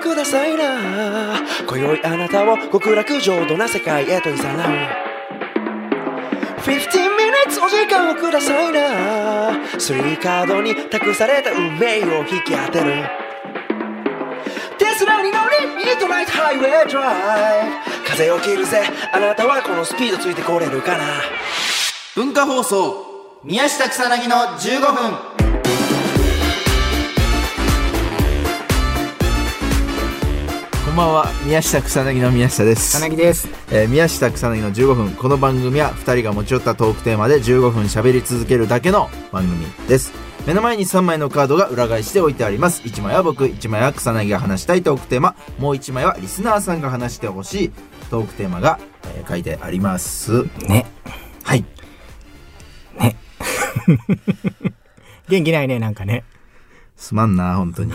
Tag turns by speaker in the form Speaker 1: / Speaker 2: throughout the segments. Speaker 1: くださいな今宵あなたを極楽浄土な世界へと誘う15 minutes お時間をくださいなスリーカードに託された運命を引き当てるテスラに乗りミッドナイトハイウェイドライブ風を切るぜあなたはこのスピードついてこれるかな
Speaker 2: 文化放送宮下草薙の15分こんばんは宮下草薙の宮下です
Speaker 3: 金木です。
Speaker 2: えー宮下草薙の15分この番組は2人が持ち寄ったトークテーマで15分喋り続けるだけの番組です目の前に3枚のカードが裏返して置いてあります1枚は僕1枚は草薙が話したいトークテーマもう1枚はリスナーさんが話してほしいトークテーマが、えー書いてあります
Speaker 3: ね。
Speaker 2: はい
Speaker 3: 元気ないね、なんかね。
Speaker 2: すまんな本 当に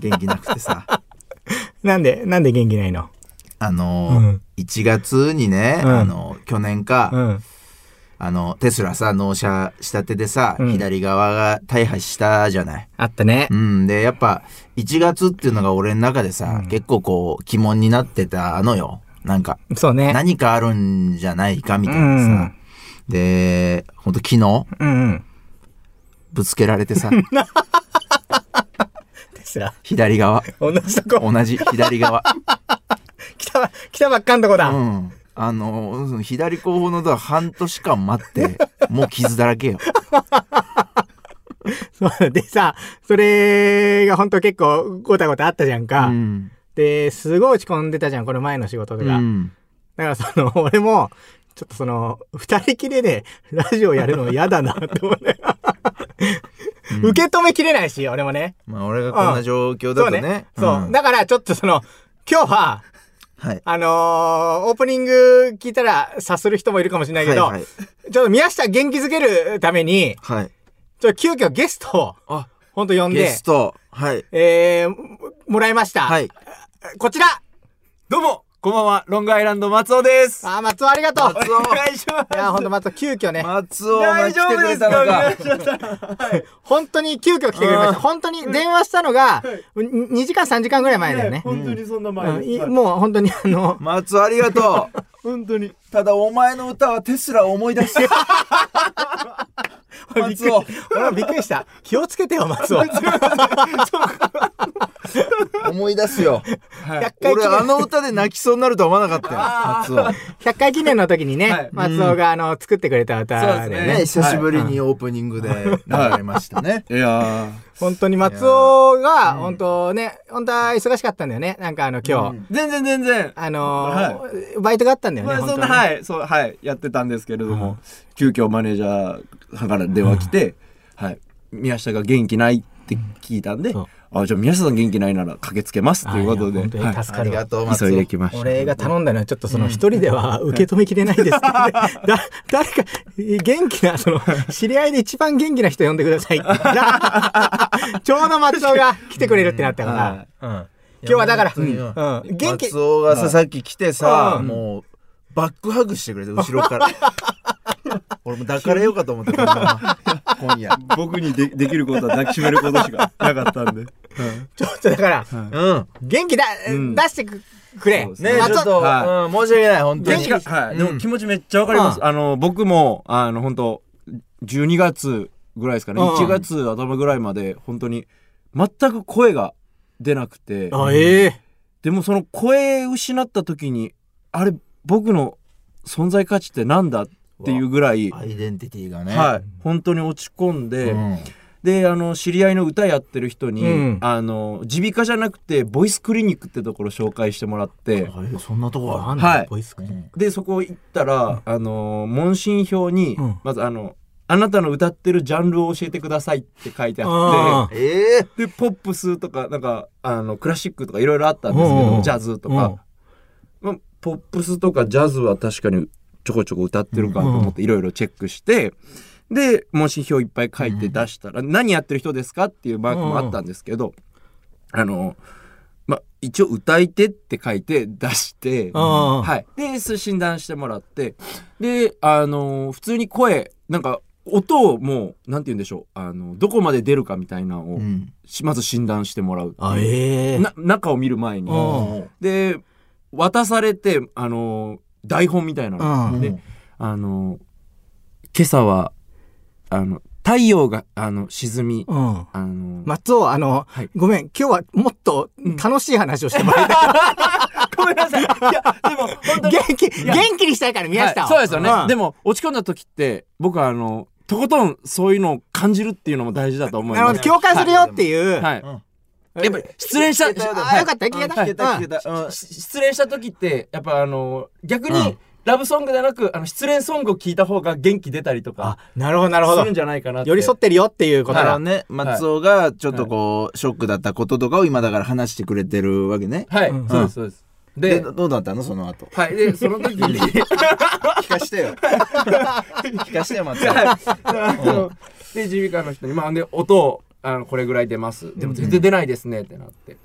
Speaker 2: 元気なくてさ
Speaker 3: なんで、なんで元気ないの
Speaker 2: あのー
Speaker 3: うん
Speaker 2: 1月にね、
Speaker 3: うん
Speaker 2: あのー去年か、
Speaker 3: うん。
Speaker 2: あのテスラさ納車したてでさ、
Speaker 3: うん
Speaker 2: 左側が大破したじゃない
Speaker 3: あったね
Speaker 2: う。ん、で、やっぱ、1月っていうのが俺の中でさ、結構こう、疑問になってたのよ。なんか、
Speaker 3: そうね。
Speaker 2: 何かあるんじゃないかみたいなさ。で、ほんと昨日、
Speaker 3: うんうん。
Speaker 2: ぶつけられてさ、
Speaker 3: テスラ。
Speaker 2: 左側。
Speaker 3: 同じとこ。
Speaker 2: 同じ、左側。
Speaker 3: 来たば、来たばっかんとこだ。
Speaker 2: うん。あの、その左後方のドア半年間待って、もう傷だら けよ。
Speaker 3: そうでさ、それが本当結構ごたごたあったじゃんか。
Speaker 2: うん。
Speaker 3: で、すごい落ち込んでたじゃん、この前の仕事と
Speaker 2: う
Speaker 3: か。
Speaker 2: ん。
Speaker 3: だからその、 俺も、ちょっとその、二人きりでラジオやるの嫌だなって思うね。受け止めきれないし、俺もね。
Speaker 2: まあ、俺がこんな状況だ
Speaker 3: そ
Speaker 2: と
Speaker 3: うね
Speaker 2: ね。。
Speaker 3: そう。
Speaker 2: ん
Speaker 3: だからちょっとその、今日は、
Speaker 2: はい。
Speaker 3: あのーオープニング聞いたら察する人もいるかもしれないけど、
Speaker 2: はいはい
Speaker 3: ちょっと宮下元気づけるために、
Speaker 2: はい。
Speaker 3: ちょっと急遽ゲストを、
Speaker 2: あ、
Speaker 3: ほんと呼ん
Speaker 2: ゲ
Speaker 3: で
Speaker 2: ス、ト。はい。
Speaker 3: えー、ももらいました。
Speaker 2: はい。
Speaker 3: こちら
Speaker 4: どうも、こんばんは、ロングアイランド松尾です。
Speaker 3: あー、松尾ありがとう
Speaker 2: 松尾
Speaker 4: お願いしま
Speaker 3: いやー、ほんと松尾、急遽ね、
Speaker 2: 松尾が
Speaker 4: 大
Speaker 2: 来
Speaker 4: 丈
Speaker 2: て
Speaker 4: 夫
Speaker 2: く
Speaker 4: で
Speaker 2: れ
Speaker 4: す
Speaker 2: た
Speaker 4: か
Speaker 2: の
Speaker 4: お願
Speaker 2: か
Speaker 4: い。しました
Speaker 3: 本当に急遽来てくれました。本当に電話したのが、2時間3時間ぐらい前だよね。
Speaker 4: 本当にそんな
Speaker 3: う
Speaker 4: 前
Speaker 3: ん
Speaker 4: です
Speaker 3: いもう本当にあの、
Speaker 2: 松尾ありがとう。
Speaker 4: 本当に。
Speaker 2: ただお前の歌はテスラを思い出して。松尾、
Speaker 3: 俺もびっくりした。気をつけてよ、松 尾。
Speaker 2: 思い出すよ。
Speaker 3: 100回
Speaker 2: 俺
Speaker 3: 記
Speaker 2: あ
Speaker 3: 念、
Speaker 2: の歌で泣きそうになるとは思わなかったよ。松
Speaker 3: 100回記念の時にね、
Speaker 4: はい
Speaker 3: 松尾があの、作ってくれた歌
Speaker 4: そう
Speaker 3: で
Speaker 4: です
Speaker 2: 尾。
Speaker 3: ね。
Speaker 2: ね、久しぶりにオープニングで流れましたね。
Speaker 4: いや
Speaker 3: 本当に松尾が、本当ね、本当は忙しかったんだよね。なんかあの、今日。
Speaker 4: 全然全然。
Speaker 3: あのーバイトがあったんだよね。
Speaker 4: まあ
Speaker 3: 本
Speaker 4: そ
Speaker 3: 当
Speaker 4: んな、
Speaker 3: に
Speaker 4: はい、そう、はい、やってたんですけれども、急遽マネージャーさんから電話来て、はい、宮下が元気ないって聞いたんで
Speaker 3: そう、
Speaker 4: あ、じゃあ宮下さん元気ないなら駆けつけますということで、
Speaker 3: あいや本当に
Speaker 4: はい
Speaker 3: 助
Speaker 2: あ
Speaker 3: か
Speaker 2: り
Speaker 3: るわ
Speaker 2: が。とう、松尾。
Speaker 4: 急いできました。
Speaker 3: 俺が頼んだのはちょっとその一人では受け止めきれないですって、 だ誰か元気なその知り合いで一番元気な人呼んでくださいって ちょうど松尾が来てくれるってなったから、今日はだから、
Speaker 2: うん
Speaker 3: うん元気
Speaker 2: 松尾がさ、さっき来てさ、
Speaker 3: うん
Speaker 2: もう、バックハグしてくれて、後ろ から。俺も抱かれようかと思ってた、今夜。
Speaker 4: 僕にでできることは抱きしめることしかなかったんで。
Speaker 3: ちょっとだから
Speaker 2: うん。
Speaker 3: 元気だ、
Speaker 4: ん
Speaker 3: 出してくれ、
Speaker 4: そうです
Speaker 2: ね、ちょっと、
Speaker 4: は
Speaker 2: うん申し訳ない、本当
Speaker 4: 元
Speaker 2: に
Speaker 4: 気。が、はい、で
Speaker 2: う
Speaker 4: も
Speaker 2: ん
Speaker 4: 気持ちめっちゃわかります。
Speaker 3: うん
Speaker 4: あの、僕も、あの、本当12月ぐらいですかね、
Speaker 3: うん
Speaker 4: 1月頭ぐらいまで、本当に、全く声が出なくて、
Speaker 3: あええ
Speaker 4: でもその声失った時に、あれ、僕の存在価値ってなんだっていうぐらい、
Speaker 2: アイデンティティがね。
Speaker 4: はい、本当に落ち込んで、
Speaker 2: うん
Speaker 4: で、あの、知り合いの歌やってる人に、
Speaker 3: うん
Speaker 4: あの、耳鼻科じゃなくて、ボイスクリニックってところ紹介してもらって、
Speaker 2: あれそんなとこあ
Speaker 3: あ
Speaker 2: ん
Speaker 3: ん
Speaker 2: の
Speaker 3: た
Speaker 4: はい
Speaker 3: ボイスクリーン
Speaker 4: でそこ行ったら、あのー問診票に、
Speaker 3: うん
Speaker 4: まずあの「あなたの歌ってるジャンルを教えてください」って書いてあ
Speaker 3: あ
Speaker 4: って
Speaker 2: ええ
Speaker 4: でポップスとかなんかあのクラシックとかいろいろあったんですけ
Speaker 3: うんうんう
Speaker 4: ど
Speaker 3: ん
Speaker 4: ジャズとか、まあ、ポップスとかジャズは確かにちょこちょこ歌ってるかと思っていろいろチェックして。で問診票いっぱい書いて出したら「何やってる人ですか?」っていうマークもあったんですけど、あのまあ一応「歌い手」って書いて出して、
Speaker 3: ああ
Speaker 4: はい。で、す診断してもらって、で、あのー普通に声、なんか、音をもう、なんて言うんでしょう。あの、どこまで出るかみたいなのを、
Speaker 2: うん。
Speaker 4: しまず診断してもらう。
Speaker 3: あ、ええ
Speaker 4: な中を見る前に。
Speaker 3: うん
Speaker 4: で、渡されて、あの、台本みたいなの。
Speaker 3: うん
Speaker 4: であの、今朝は、あの、太陽が、あの、沈み、
Speaker 3: うん。
Speaker 4: あの、
Speaker 3: 松尾、あの、
Speaker 4: はい
Speaker 3: ごめん、今日はもっと楽しい話をしてもらいたい。
Speaker 4: ごめんなさい。いや、でも、本当に。
Speaker 3: 元気、元気にしたいから、宮下を、
Speaker 4: はいそうですよね、
Speaker 3: ん
Speaker 4: でも落ち込んだ時って僕はあのとことんそういうのを感じるっていうのも大事だと思い
Speaker 3: なる
Speaker 4: ま
Speaker 3: ほ
Speaker 4: す
Speaker 3: ど、共感するよっていう。
Speaker 4: はい、
Speaker 2: うん
Speaker 4: やっぱり失恋した
Speaker 2: たよ
Speaker 3: ああ、よかった、聞けた。
Speaker 2: 聞けた
Speaker 3: うん
Speaker 2: 聞けた。うん
Speaker 4: し失恋した時ってやっぱあの逆に、
Speaker 2: うん
Speaker 4: ラブソングではなくあの失恋ソングを聞いた方が元気出たりと
Speaker 3: あ
Speaker 4: か、
Speaker 3: なるほど、なるほ
Speaker 4: す
Speaker 3: ど
Speaker 4: るん。じゃないかなって
Speaker 3: 寄り添ってるよっていうこと
Speaker 2: だから
Speaker 3: だ。
Speaker 2: ね、松尾がちょっとこう、ショックだったこととかを今だから話してくれてるわけね。
Speaker 4: はい、
Speaker 3: うん
Speaker 4: そうですそうです
Speaker 2: で、
Speaker 4: で
Speaker 2: どうだったのその後。
Speaker 4: はいでその時 に
Speaker 2: 聞かしてよ。聞かしてよ、松尾。
Speaker 4: あので耳鼻科の人に「まあ、で音をあのこれぐらい出ます」でも全然出ないですねってなって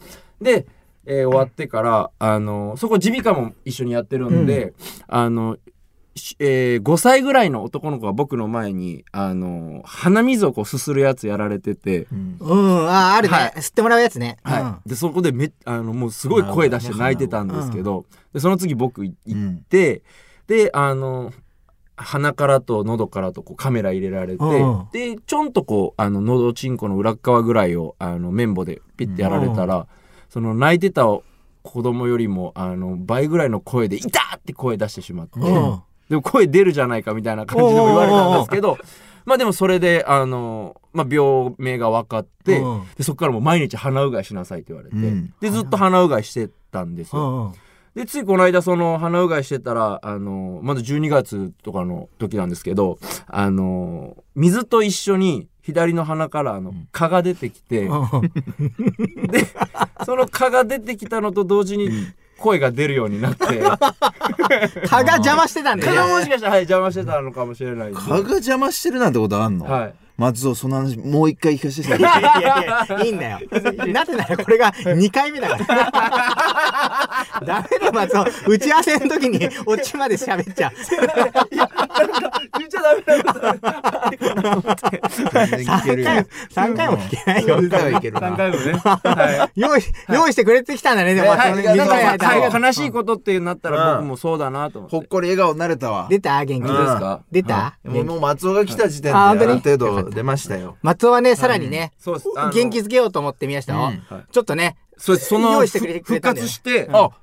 Speaker 4: で、えー終わってからあのそこ耳鼻科も一緒にやってるんで、あの、しえー5歳ぐらいの男の子が僕の前にあの鼻水をこうすするやつやられてて。
Speaker 2: うん
Speaker 3: うん、ああ、あるね、
Speaker 4: はい
Speaker 3: 吸ってもらうやつね。
Speaker 4: はいでそこでめあのもうすごい声出して泣いてたんですけど、でその次僕い行って、であの鼻からと喉からとこうカメラ入れられて、
Speaker 3: うんうん
Speaker 4: でちょんとこうあの喉ちんこの裏っ側ぐらいをあの綿棒でピッてやられたら、その泣いてた子供よりもあの倍ぐらいの声で「痛っ!」って声出してしまって、
Speaker 3: うん。うん
Speaker 4: でも声出るじゃないかみたいな感じでも言われたんですけど。まあでもそれで、あの、まあ病名が分かって、
Speaker 3: うん
Speaker 4: でそこからもう毎日鼻うがいしなさいって言われて、
Speaker 2: うん
Speaker 4: でずっと鼻うがいしてたんです
Speaker 3: う
Speaker 4: よ。
Speaker 3: ん。
Speaker 4: でついこの間その鼻うがいしてたらあのまだ12月とかの時なんですけどあの水と一緒に左の鼻からあの蚊が出てきて、 でその蚊が出てきたのと同時に声が出るようになって
Speaker 3: 蚊が邪魔してたんだ
Speaker 4: 蚊が
Speaker 3: よ。
Speaker 4: もしかしたら、はい、邪魔してたのかもしれないです
Speaker 2: 蚊が邪魔してるなんてことあんの、
Speaker 4: はい
Speaker 2: 松尾、その話、もう一回聞かせてください。
Speaker 3: いやいやいいんだよ。なぜならこれが2回目だから。ダメだ、松尾。打ち合わせの時にオチまで喋っちゃう。
Speaker 4: 言っちゃダメなことだ
Speaker 2: 全然聞けるよ
Speaker 3: 3回。も、三回も聞けないよ。
Speaker 2: 3回はいけるな。
Speaker 4: 3回もね、はい
Speaker 3: 用意、用意してくれてきたんだね、でも松尾ね。
Speaker 2: はい
Speaker 3: 短い
Speaker 4: なんか
Speaker 3: 間
Speaker 2: は
Speaker 3: を
Speaker 2: い
Speaker 4: 悲しいことってなったら
Speaker 2: うん
Speaker 4: 僕もそうだなと思って
Speaker 2: ほっこり笑顔になれたわ。
Speaker 3: 出た元気
Speaker 4: 本当ですか
Speaker 3: 出た
Speaker 2: もうもう松尾が来た時点で、
Speaker 3: あ
Speaker 2: あ
Speaker 3: 本当
Speaker 2: る
Speaker 3: に
Speaker 2: 程度出ましたよ。
Speaker 3: 松尾はね、さらにね、
Speaker 4: そうです
Speaker 3: 元気づけようと思って宮下を
Speaker 2: うん
Speaker 4: はい、
Speaker 3: ちょっとね、
Speaker 4: そうですその
Speaker 3: 用意してくれて
Speaker 4: ふ復
Speaker 3: たんだよ
Speaker 4: 活して、
Speaker 2: あ、は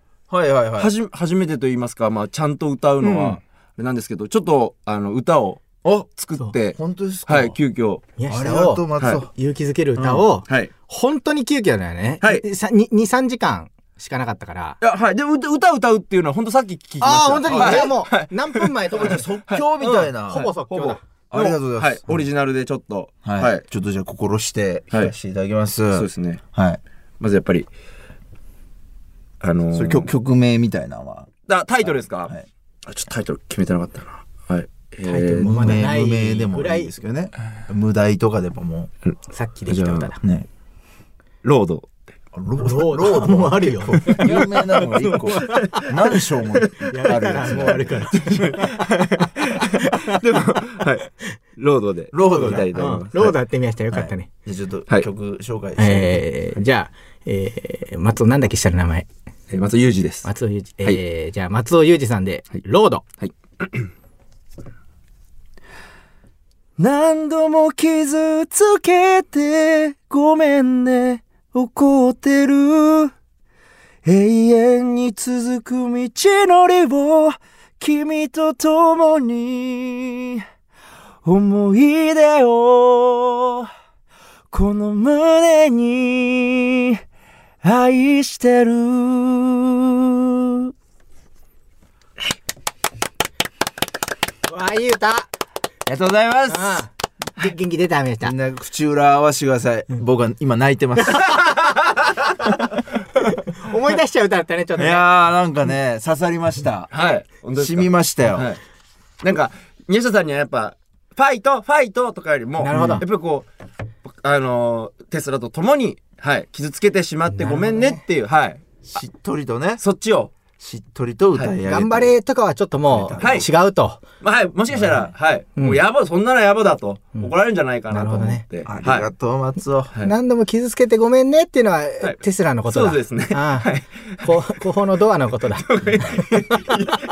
Speaker 2: いはいは。
Speaker 4: はいじ初めてと言いますか、まあ、ちゃんと歌うの
Speaker 2: うん
Speaker 4: はあれなんですけど、ちょっとあの歌を
Speaker 2: あ、
Speaker 4: 作って、
Speaker 2: 本当ですか
Speaker 4: はい、急遽
Speaker 3: 宮
Speaker 2: あり
Speaker 3: 下
Speaker 2: がとう、
Speaker 3: を
Speaker 2: 松
Speaker 4: はい
Speaker 2: 尾。
Speaker 3: 勇気づける歌を、
Speaker 4: はい
Speaker 3: 本当に急遽だよね。
Speaker 4: はい
Speaker 3: 2、3時間しかなかったから。
Speaker 4: いやはいで歌歌歌うっていうのは本当さっき聞きました
Speaker 3: ああ、本当に。
Speaker 4: はい
Speaker 3: じゃあもう、何分前とかじゃ
Speaker 2: 即興みたいな。
Speaker 3: ほぼ即興だ。
Speaker 2: ありがとうございま
Speaker 4: は
Speaker 2: す。
Speaker 4: オリジナルでちょっと
Speaker 2: はい。ちょっとじゃあ心して聞かせていただきます。
Speaker 4: そう
Speaker 2: は
Speaker 4: で
Speaker 2: い。
Speaker 4: すねまずやっぱりあのー
Speaker 2: それ曲曲名みたいなのは。
Speaker 4: あタイトルですか、
Speaker 2: はい
Speaker 4: あちょっとタイトル決めてなかったなはいえー
Speaker 3: タイトルも
Speaker 2: 無
Speaker 3: まだな
Speaker 2: 名、
Speaker 3: い
Speaker 2: 無名でもいいですけどね。無題とかでもも
Speaker 3: さっきできた歌だ。
Speaker 2: う、ね。
Speaker 4: ロード
Speaker 2: ロ
Speaker 3: ロードもあるよ。
Speaker 2: 有名なのが1個。何章もあるやつ。
Speaker 3: あるから。
Speaker 4: でもはいロードで
Speaker 2: ロード
Speaker 4: みた
Speaker 2: で。
Speaker 4: いと思います、
Speaker 3: ロードやってみましたよかったね。
Speaker 2: じゃあちょっ
Speaker 4: は
Speaker 2: と
Speaker 4: い
Speaker 2: 曲紹介して。
Speaker 3: えーじゃあ、えー松尾なんだっけしたら名前。
Speaker 4: えー松尾裕二です
Speaker 3: 松尾裕二。えーじゃあ松尾裕二さんで、ロード。
Speaker 4: 何度も傷つけてごめんね怒ってる永遠に続く道のりを君と共に思い出をこの胸に愛してる
Speaker 3: わあ、いい歌。
Speaker 4: ありがとうございます
Speaker 3: で元気出た、宮下
Speaker 2: みん。な口裏合わせてください。僕は今泣いてます。 い
Speaker 3: 思い出しちゃう歌だったね、ちょっとね。
Speaker 2: やーなんかね、刺さりました。
Speaker 4: はい
Speaker 2: 染みましたよ。
Speaker 4: はい、なんか宮下さんにはやっぱファイトファイトとかよりも
Speaker 3: なるほど
Speaker 4: やっぱりこうあのーテスラと共に、はい、傷つけてしまってごめんねっていう、はい、
Speaker 2: しっとりとね。
Speaker 4: そっちを
Speaker 2: しっとりと歌い上げて、
Speaker 3: 頑張れとかはちょっともう
Speaker 4: はい
Speaker 3: 違うと。
Speaker 4: まあはい、もしかしたら、はい、
Speaker 3: うん
Speaker 4: もうやば、そんなのやばだと、怒られるんじゃないかなと思って。
Speaker 2: あり
Speaker 4: は
Speaker 2: が
Speaker 4: い。
Speaker 2: とう、松尾。
Speaker 4: はい
Speaker 3: 何度も傷つけてごめんねっていうのは
Speaker 4: はい
Speaker 3: テスラのことだ。
Speaker 4: そうですね。
Speaker 3: あ
Speaker 4: はい。
Speaker 3: あ、こ後方のドアのこと だ。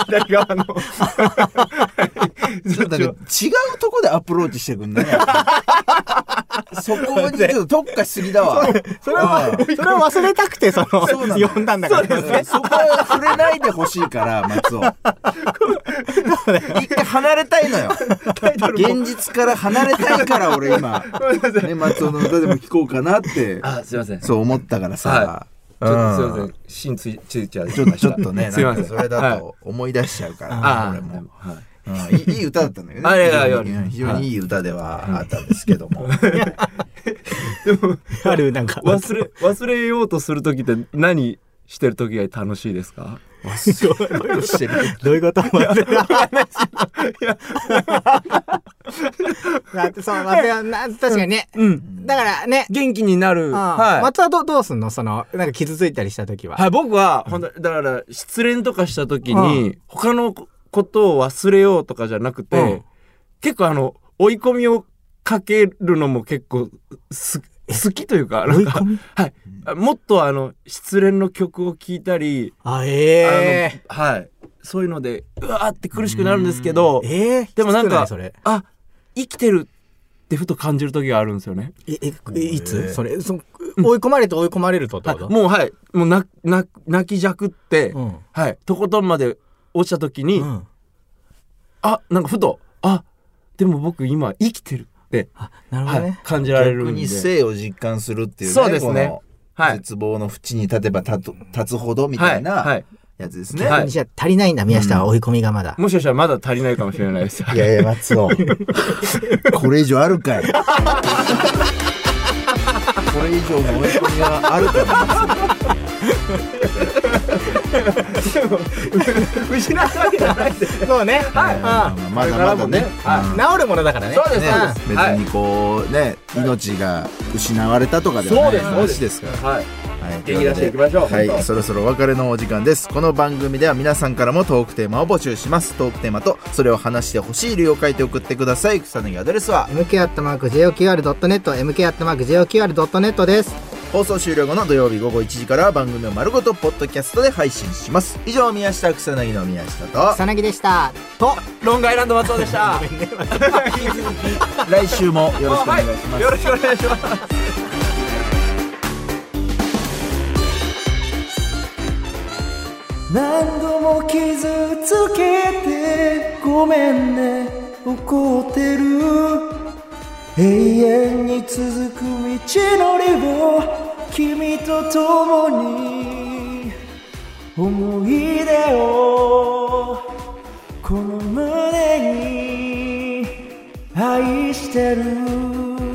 Speaker 4: 左側の。
Speaker 2: ちょっとなんか違うとこでアプローチしてくん ね。そこにちょっと特化しすぎだわ。
Speaker 3: それは、それを忘れたくて、その、
Speaker 2: そうなんだ
Speaker 3: 呼んだんだから。
Speaker 2: そこは触れないでほしいから、松尾。一回離れたいのよ。現実から離れたいから、俺今。ね、松尾の歌でも聴こうかなって、
Speaker 4: あ、すいません。ちょっ
Speaker 2: そう思ったからさ。
Speaker 4: とすいませ
Speaker 2: うん
Speaker 4: ん。芯ついついちゃう。
Speaker 2: ちょっとちょっとね、
Speaker 4: すい
Speaker 2: なん
Speaker 4: ませ
Speaker 2: か
Speaker 4: ん。
Speaker 2: それだと思い出しちゃうから、
Speaker 4: ああ、
Speaker 2: 俺
Speaker 4: で
Speaker 2: も
Speaker 4: も。はい。
Speaker 2: うんいいいい歌だったんだけどね。
Speaker 4: あいやいや
Speaker 2: 非
Speaker 4: い
Speaker 2: 常
Speaker 4: や
Speaker 2: に非常にいい歌ではあったんですけども。
Speaker 3: ある、なんか。
Speaker 4: 忘れ、忘れようとする時って何してる時が楽しいですか
Speaker 2: そういうことしてる
Speaker 3: どういうこと忘れた。だってそう、松尾な確かにね。
Speaker 4: うん
Speaker 3: だからね。
Speaker 4: 元気になる。
Speaker 3: うん
Speaker 4: はい。
Speaker 3: 松尾はどうどうすんのその、なんか傷ついたりした時は。
Speaker 4: はい、僕は、本当にだから、失恋とかした時
Speaker 3: う
Speaker 4: に、他のことを忘れようとかじゃなく
Speaker 3: うん
Speaker 4: て、結構あの、追い込みをかけるのも結構す、好きというか、なんか、
Speaker 3: み
Speaker 4: はい。もっとあの、失恋の曲を聴いたり、
Speaker 3: あ、ええ。
Speaker 4: あの、はい。そういうので、うわーって苦しくなるんですけど、
Speaker 3: ええ
Speaker 4: でもなん
Speaker 3: きつくい
Speaker 4: か
Speaker 3: それ。
Speaker 4: あ、生きてるってふと感じる時があるんですよね。
Speaker 3: え、え、い
Speaker 2: え
Speaker 3: つ
Speaker 2: え
Speaker 3: それ、その追い込まれて追い込まれるとって
Speaker 4: は
Speaker 3: こ
Speaker 4: い
Speaker 3: と
Speaker 4: もうはい、もうな、な、泣きじゃくって、
Speaker 3: うん
Speaker 4: はい、とことんまで落ちた時に、
Speaker 3: うん。
Speaker 4: あ、なんかふと、あ、でも僕今生きてるって、
Speaker 3: あ、なるほ
Speaker 4: は
Speaker 3: ど
Speaker 4: い
Speaker 3: ね。、
Speaker 4: 感じられる
Speaker 2: 逆
Speaker 4: んで。
Speaker 2: に生を実感するっていうね。
Speaker 4: そうですね
Speaker 2: この
Speaker 4: はい。
Speaker 2: 絶望の淵に立てば立つ立つほどみた
Speaker 4: はいい、はい
Speaker 2: な。やつですね。
Speaker 4: は
Speaker 3: 逆にじゃあ足りないんだ、宮下は追い込みがまだ。
Speaker 4: もしかしたらまだ足りないかもしれないです。
Speaker 2: いやいや、松尾。これ以上あるかい。これ以上の追い込みがあるかな。
Speaker 4: 失うわけじゃないです。
Speaker 3: そうね。はい。
Speaker 2: まだまだね。
Speaker 4: は
Speaker 3: 治るものだからね。
Speaker 4: そうです
Speaker 2: ね
Speaker 4: そうです
Speaker 2: 別にこうね、命が失われたとかで
Speaker 4: そ
Speaker 2: はない
Speaker 4: うですそうで
Speaker 2: 話
Speaker 4: す
Speaker 2: ですから。
Speaker 4: はい。
Speaker 2: はい、
Speaker 4: 元気出していきましょう
Speaker 2: は
Speaker 4: 本
Speaker 2: い、
Speaker 4: 当
Speaker 2: そろそろお別れのお時間ですこの番組では皆さんからもトークテーマを募集しますトークテーマとそれを話してほしい理由を書いて送ってください草薙アドレスは
Speaker 3: mk.joqr.net、mk.joqr.net です。
Speaker 2: 放送終了後の土曜日午後1時からは番組を丸ごとポッドキャストで配信します以上宮下草薙の宮下と
Speaker 3: 草薙でした。と、
Speaker 4: ロングアイランド松尾でした。
Speaker 2: 来週もよろしくお願いします、
Speaker 4: よろしくお願いします。
Speaker 1: 何度も傷つけてごめんね怒ってる永遠に続く道のりを君と共に思い出をこの胸に愛してる